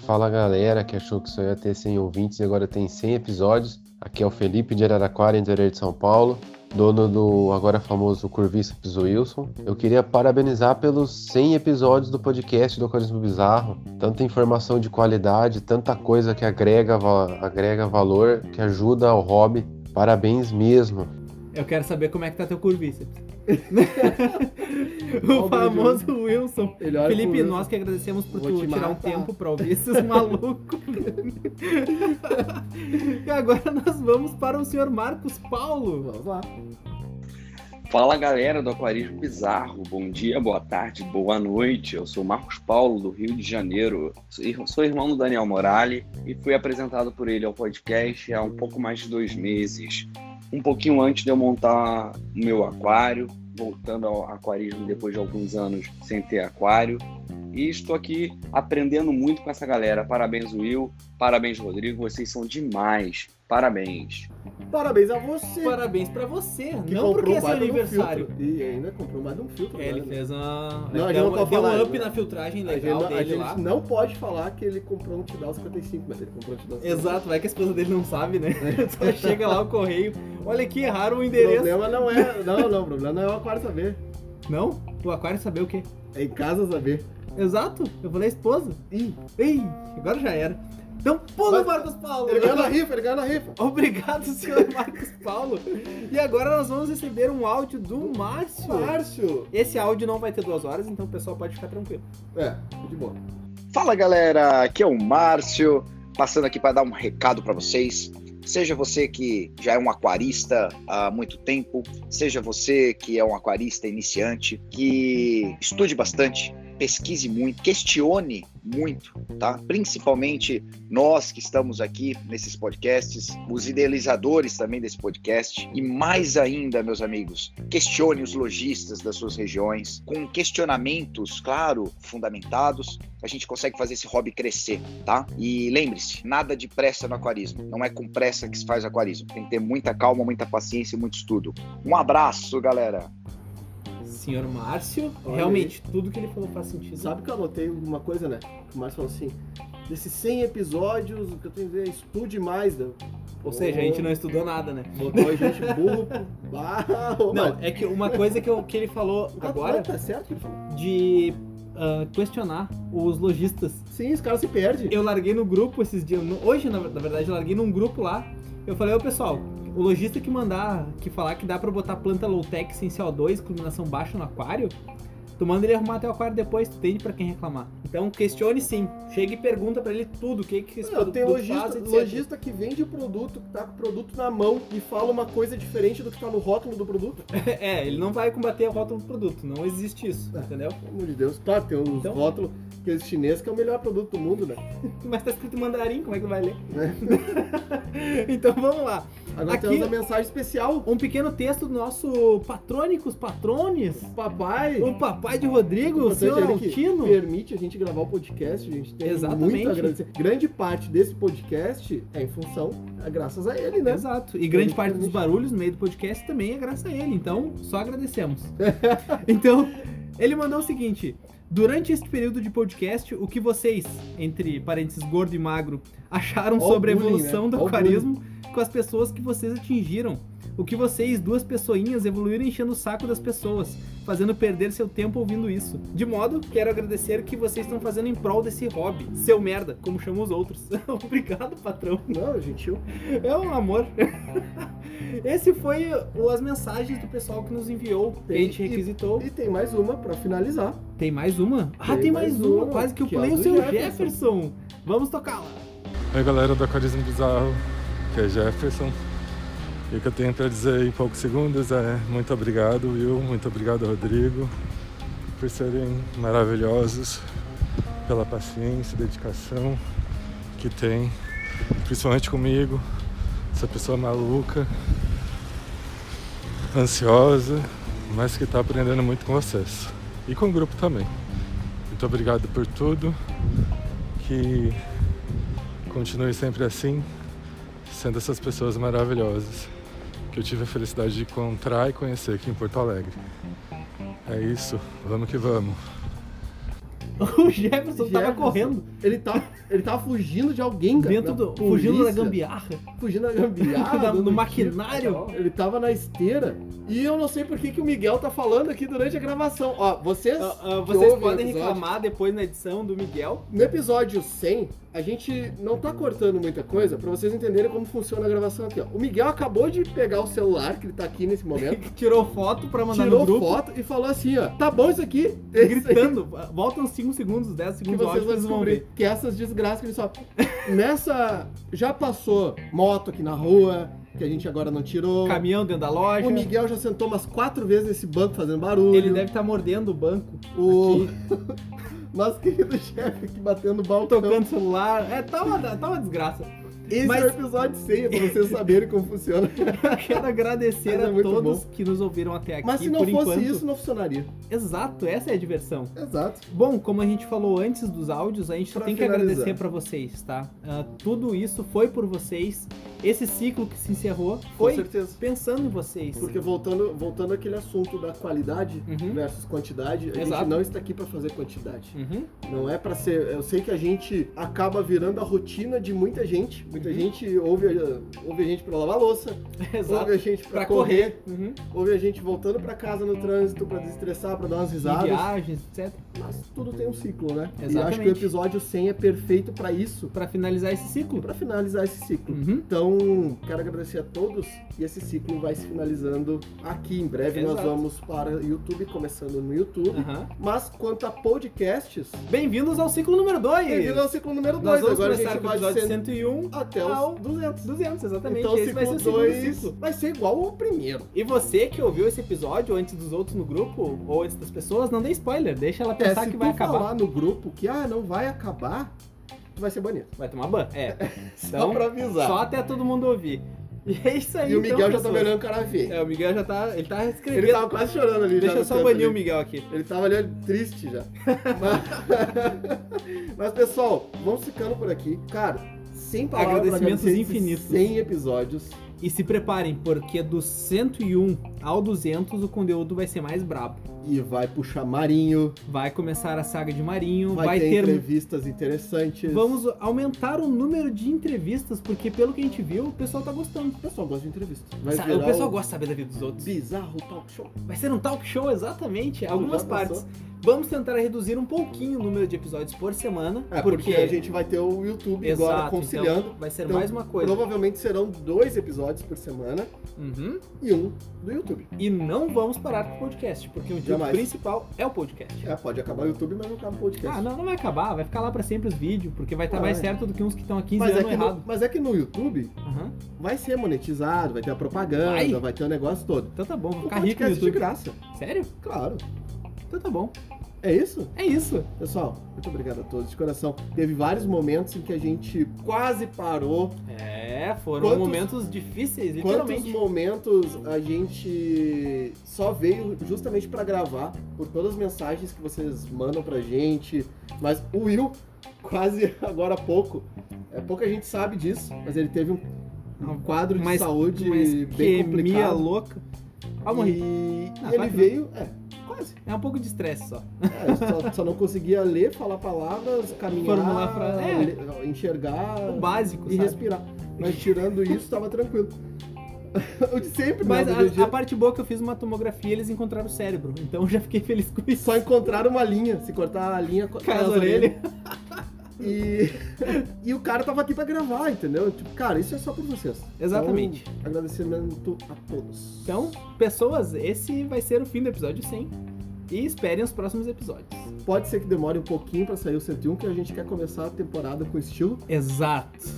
Fala galera que achou que só ia ter 100 ouvintes e agora tem 100 episódios. Aqui é o Felipe de Araraquara, interior de São Paulo, dono do agora famoso Curvista Piso Wilson. Eu queria parabenizar pelos 100 episódios do podcast do Aquarismo Bizarro. Tanta informação de qualidade, tanta coisa que agrega, va- agrega valor, que ajuda ao hobby. Parabéns mesmo. Eu quero saber como é que tá teu curvíceps. o famoso Wilson. Ele olha pro Felipe, Wilson. nós que agradecemos por Vou tu te tirar um matar. tempo pra ouvir esses malucos. e agora nós vamos para o senhor Marcos Paulo. Vamos lá. Fala galera do Aquarismo Bizarro, bom dia, boa tarde, boa noite. Eu sou o Marcos Paulo, do Rio de Janeiro. Sou ir- Sou irmão do Daniel Morali e fui apresentado por ele ao podcast há um pouco mais de dois meses. Um pouquinho antes de eu montar o meu aquário, voltando ao aquarismo depois de alguns anos sem ter aquário. E estou aqui aprendendo muito com essa galera. Parabéns, Will. Parabéns, Rodrigo. Vocês são demais. Parabéns. Parabéns a você. Parabéns pra você. Que não porque comprou é seu mais de um aniversário. filtro. E ainda comprou mais de um filtro. É, ele né? fez uma. Não, a gente deu, não pode deu falar, um up né? na filtragem A gente legal não- dele a gente lá. não pode falar que ele comprou um Tidal 55, mas ele comprou um Tidal 55. Exato, vai que a esposa dele não sabe, né? Só chega lá o correio. Olha que erraram o É. O endereço. problema não é. Não, não, o problema não é o aquário saber. Não? O aquário saber o quê? É em casa saber. Exato, eu falei esposa. Ih, Ih agora já era. Então pula o Marcos Paulo. Ele ganhou na rifa, ele ganhou na rifa. Obrigado, senhor Marcos Paulo. E agora nós vamos receber um áudio do Márcio. Márcio! Esse áudio não vai ter duas horas, então o pessoal pode ficar tranquilo. É, de boa. Fala galera, aqui é o Márcio, passando aqui para dar um recado para vocês. Seja você que já é um aquarista há muito tempo, seja você que é um aquarista iniciante, que estude bastante, pesquise muito, questione muito, tá? Principalmente nós que estamos aqui nesses podcasts, os idealizadores também desse podcast e mais ainda, meus amigos, questione os lojistas das suas regiões com questionamentos, claro, fundamentados, a gente consegue fazer esse hobby crescer, tá? E lembre-se, nada de pressa no aquarismo. Não é com pressa que se faz aquarismo. Tem que ter muita calma, muita paciência e muito estudo. Um abraço, galera. senhor Márcio. Olha Realmente, tudo que ele falou faz sentido. Sabe que eu anotei uma coisa, né? Que o Márcio falou assim: desses 100 episódios, o que eu tenho a dizer é estude mais. né? Ou seja, a gente não estudou nada, né? Botou a gente burro pro barro. Não, é que uma coisa que, eu- que ele falou agora Tá certo? de ah, questionar os lojistas. Sim, os caras se perdem. Eu larguei no grupo esses dias. no- Hoje, na, na verdade, eu larguei num grupo lá. Eu falei, ô pessoal, o lojista que mandar, que falar que dá pra botar planta low-tech sem CO2, com iluminação baixa no aquário, tu manda ele arrumar teu aquário depois, tu tem pra quem reclamar. Então questione sim. Chega e pergunta pra ele tudo, o que que esse Não, tem produto faz, lojista, etc. lojista que vende o produto, que tá com o produto na mão e fala uma coisa diferente do que tá no rótulo do produto. É, ele não vai combater o rótulo do produto, não existe isso, entendeu? Então- Pelo amor de Deus, claro, tem um rótulo que é chinês que é o melhor produto do mundo, né? Mas tá escrito em mandarim, como é que vai ler? então vamos lá. É. Agora Aqui, temos a mensagem especial. Um pequeno texto do nosso patrônicos, patrones. papai. O papai de Rodrigo, o senhor ele que Altino. permite a gente gravar o podcast, a gente tem Exatamente. muito a agradecer. Grande parte desse podcast é em função, é graças a ele, né? Exato. E grande parte dos barulhos no meio do podcast também é graças a ele. Então, só agradecemos. então, ele mandou o seguinte: Durante este período de podcast, o que vocês, entre parênteses gordo e magro, acharam Ó o sobre a bullying, evolução né? Ó do o aquarismo com as pessoas que vocês atingiram? O que vocês, duas pessoinhas, evoluíram enchendo o saco das pessoas, fazendo perder seu tempo ouvindo isso. De modo, quero agradecer o que vocês estão fazendo em prol desse hobby. Seu merda, como chamam os outros. Obrigado, patrão. Não, gentil. É um amor. Esse foi o- as mensagens do pessoal que nos enviou, que a Tem- gente requisitou. E tem mais uma pra finalizar. Tem mais uma? Ah, tem, mais, uma, quase que eu pulei é o do seu Jefferson. Vamos tocá-la. Oi galera do Aquarismo Bizarro, que é Jefferson. E o que eu tenho para dizer em poucos segundos é muito obrigado, Will, muito obrigado, Rodrigo, por serem maravilhosos, pela paciência, dedicação que tem, principalmente comigo, essa pessoa maluca, ansiosa, mas que está aprendendo muito com vocês e com o grupo também. Muito obrigado por tudo, que continue sempre assim, sendo essas pessoas maravilhosas que eu tive a felicidade de encontrar e conhecer aqui em Porto Alegre. É isso, vamos que vamos. O Jefferson, tava correndo. Ele tava, ele tava fugindo de alguém, cara. Dentro da do- fugindo da polícia. gambiarra. Fugindo da gambiarra. Da- dando um do tiro. maquinário. Ele tava na esteira. E eu não sei por que, que o Miguel tá falando aqui durante a gravação. Ó, vocês. Ah, ah, que vocês ouvem o podem episódio, reclamar depois na edição do Miguel. No episódio 100, a gente não tá cortando muita coisa pra vocês entenderem como funciona a gravação aqui, ó. O Miguel acabou de pegar o celular, que ele tá aqui nesse momento. Tirou foto pra mandar tirou no grupo. foto e falou assim, ó, tá bom isso aqui? Gritando. Volta uns 5 segundos, 10 que segundos ao vocês áudio, vão vocês vão ver. descobrir que essas desgraças que ele só... Nessa... Já passou moto aqui na rua, que a gente agora não tirou. Caminhão dentro da loja. O Miguel já sentou umas quatro vezes nesse banco fazendo barulho. Ele deve estar mordendo o banco. O... Nosso querido chefe aqui batendo balcão. Tocando celular. É, tá uma, tá uma desgraça. Esse Mas- é o episódio 100, é pra vocês saberem como funciona. Quero agradecer Mas é a muito todos bom. que nos ouviram até aqui. Mas se não por fosse enquanto. isso, não funcionaria. Exato, essa é a diversão. Exato. Bom, como a gente falou antes dos áudios, a gente Pra tem que finalizar. agradecer pra vocês, tá? Ah, tudo isso foi por vocês. Esse ciclo que se encerrou foi certeza. pensando em vocês. Uhum. Porque voltando, voltando àquele assunto da qualidade versus quantidade, Exato. a Uhum. gente não está aqui para fazer quantidade. Não é para ser. Eu sei que a gente acaba virando a rotina de muita gente. Muita Uhum. gente ouve, a- ouve a gente para lavar louça, Exato. ouve a gente para Pra correr, correr. Uhum. ouve a gente voltando para casa no trânsito para desestressar, para dar umas risadas. Em viagens, etc. Mas tudo tem um ciclo, né? E acho que o Exatamente. episódio 100 é perfeito para isso. Para finalizar esse ciclo. Uhum. Para finalizar esse ciclo. Então, quero agradecer a todos e esse ciclo vai se finalizando aqui. Em breve nós Exato. vamos para o YouTube, começando no YouTube. Aham. Mas quanto a podcasts... Bem-vindos ao ciclo número 2! Bem-vindos ao ciclo número Nós 2. vamos Agora começar a gente com o vai de episódio 100 101 até ao os 200. 200, Então, exatamente. Então, Esse vai ser o ciclo segundo dois ciclo. vai ser igual ao primeiro. E você que ouviu esse episódio antes dos outros no grupo, ou antes das pessoas, não dê spoiler, deixa ela É, pensar se que vai tu acabar. falar no grupo que, ah, não vai acabar, tu vai ser banido. Vai tomar ban, é. Só pra avisar. Só até todo mundo ouvir. E é isso aí, E o então, Miguel já tá pessoas. melhorando o cara feio. É, o Miguel já tá. Ele tá escrevendo. Ele tava quase chorando ali. Deixa já eu no só canto banir ali. o Miguel aqui. Ele tava ali triste já. Mas, Mas, pessoal, vamos ficando por aqui. Cara, Sem palavras, Agradecimentos agradecer esses infinitos. 100 episódios. E se preparem, porque do 101 ao 200 o conteúdo vai ser mais brabo. E vai puxar Marinho. Vai começar a saga de Marinho, Vai, vai, ter, ter entrevistas interessantes. Vamos aumentar o número de entrevistas, porque pelo que a gente viu, o pessoal tá gostando. O pessoal gosta de entrevista. Sa- o pessoal gosta de saber da vida dos outros. Bizarro talk show. Vai ser um talk show, exatamente. Algumas Já tá partes. pensou? Vamos tentar reduzir um pouquinho o número de episódios por semana. É, porque... a gente vai ter o YouTube agora Exato, conciliando. então vai ser mais uma coisa. Provavelmente serão dois episódios por semana Uhum. e um do YouTube. E não vamos parar com o podcast, porque o intuito Jamais. principal é o podcast. É, pode acabar o YouTube, mas não acaba o podcast. Ah, não, não vai acabar, vai ficar lá pra sempre os vídeos, porque vai estar Vai. mais certo do que uns que estão há 15 Ah, é. Mas é, anos que errado. no, mas é que no YouTube vai ser monetizado, vai ter a propaganda, Vai? vai, ter o negócio todo. Então tá bom, vou o ficar rico no podcast é YouTube. de graça. Sério? Claro. Então tá bom. É isso? É isso. Pessoal, muito obrigado a todos de coração. Teve vários momentos em que a gente quase parou. É, foram Quantos- momentos difíceis, Quantos literalmente. momentos a gente só veio justamente pra gravar por todas as mensagens que vocês mandam pra gente. Mas o Will, quase agora há pouco, é pouca gente sabe disso, mas ele teve um, um quadro de Mas- saúde mas bem que minha complicado. louca. Ah, E morri. ele Ah, claro que não. veio, é, quase. É um pouco de estresse só. É, só, só não conseguia ler, falar palavras, caminhar, Formular fra- é. le- enxergar O básico, e sabe? respirar. Mas tirando isso, tava tranquilo. o de sempre, Mas né? do a, dia a dia. a parte boa é que eu fiz uma tomografia e eles encontraram o cérebro. Então eu já fiquei feliz com isso. Só encontraram uma linha. Se cortar a linha, co- Cai cai as as orelhas. E, e o cara tava aqui pra gravar, entendeu? Tipo, cara, isso é só pra vocês. Exatamente. Então, agradecimento a todos. Então, pessoas, esse vai ser o fim do episódio 100. E esperem os próximos episódios. Pode ser que demore um pouquinho pra sair o 101, que a gente quer começar a temporada com estilo. Exato.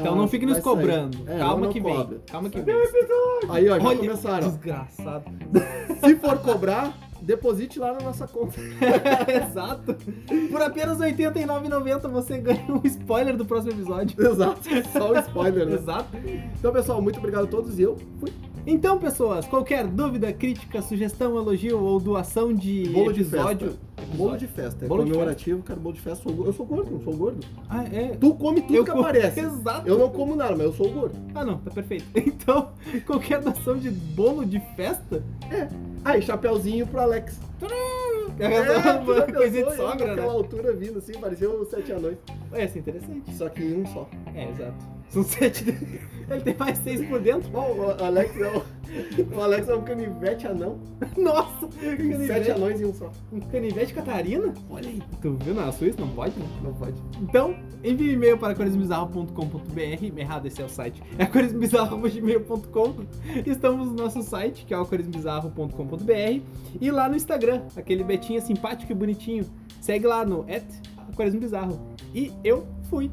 Então não fique nos vai sair. cobrando. É, Calma não que cobra. vem. Calma que Sai. vem. Aí, ó, já Olha, começaram. Desgraçado. Se for cobrar, deposite lá na nossa conta. Exato. Por apenas R$ 89,90 você ganha um spoiler do próximo episódio. Exato. Só o spoiler, né? Exato. Então, pessoal, muito obrigado a todos e eu fui. Então, pessoas, qualquer dúvida, crítica, sugestão, elogio ou doação de Bolo de episódio. festa. Bolo de festa. É Bolo de comemorativo, cara, bolo de festa. sou go- Eu sou gordo, não sou gordo. Ah, é. Tu come tudo Eu que como- aparece. Exato. Eu não como nada, mas eu sou gordo. Ah, não, tá perfeito. Então, qualquer doação de bolo de festa. É. Aí, chapeuzinho pro Alex. É, tu já uma coisinha pensou de eu sogra, naquela né? altura vindo assim, pareceu sete à noite. É, isso é interessante. Só que em um só. É, exato. São sete. Ele tem mais seis por dentro. Bom, o Alex é um, o Alex é um canivete anão. Nossa! Tem sete anões em um só. Um canivete Catarina? Olha aí. Tu viu na Suíça? Não pode, né? Não pode. Então, envie e-mail para aquarismobizarro.com.br. Errado, esse é o site. É aquarismobizarro.gmail.com. Estamos no nosso site, que é o aquarismobizarro.com.br. E lá no Instagram, aquele Betinha simpático e bonitinho. Segue lá no at aquarismobizarro. E eu fui.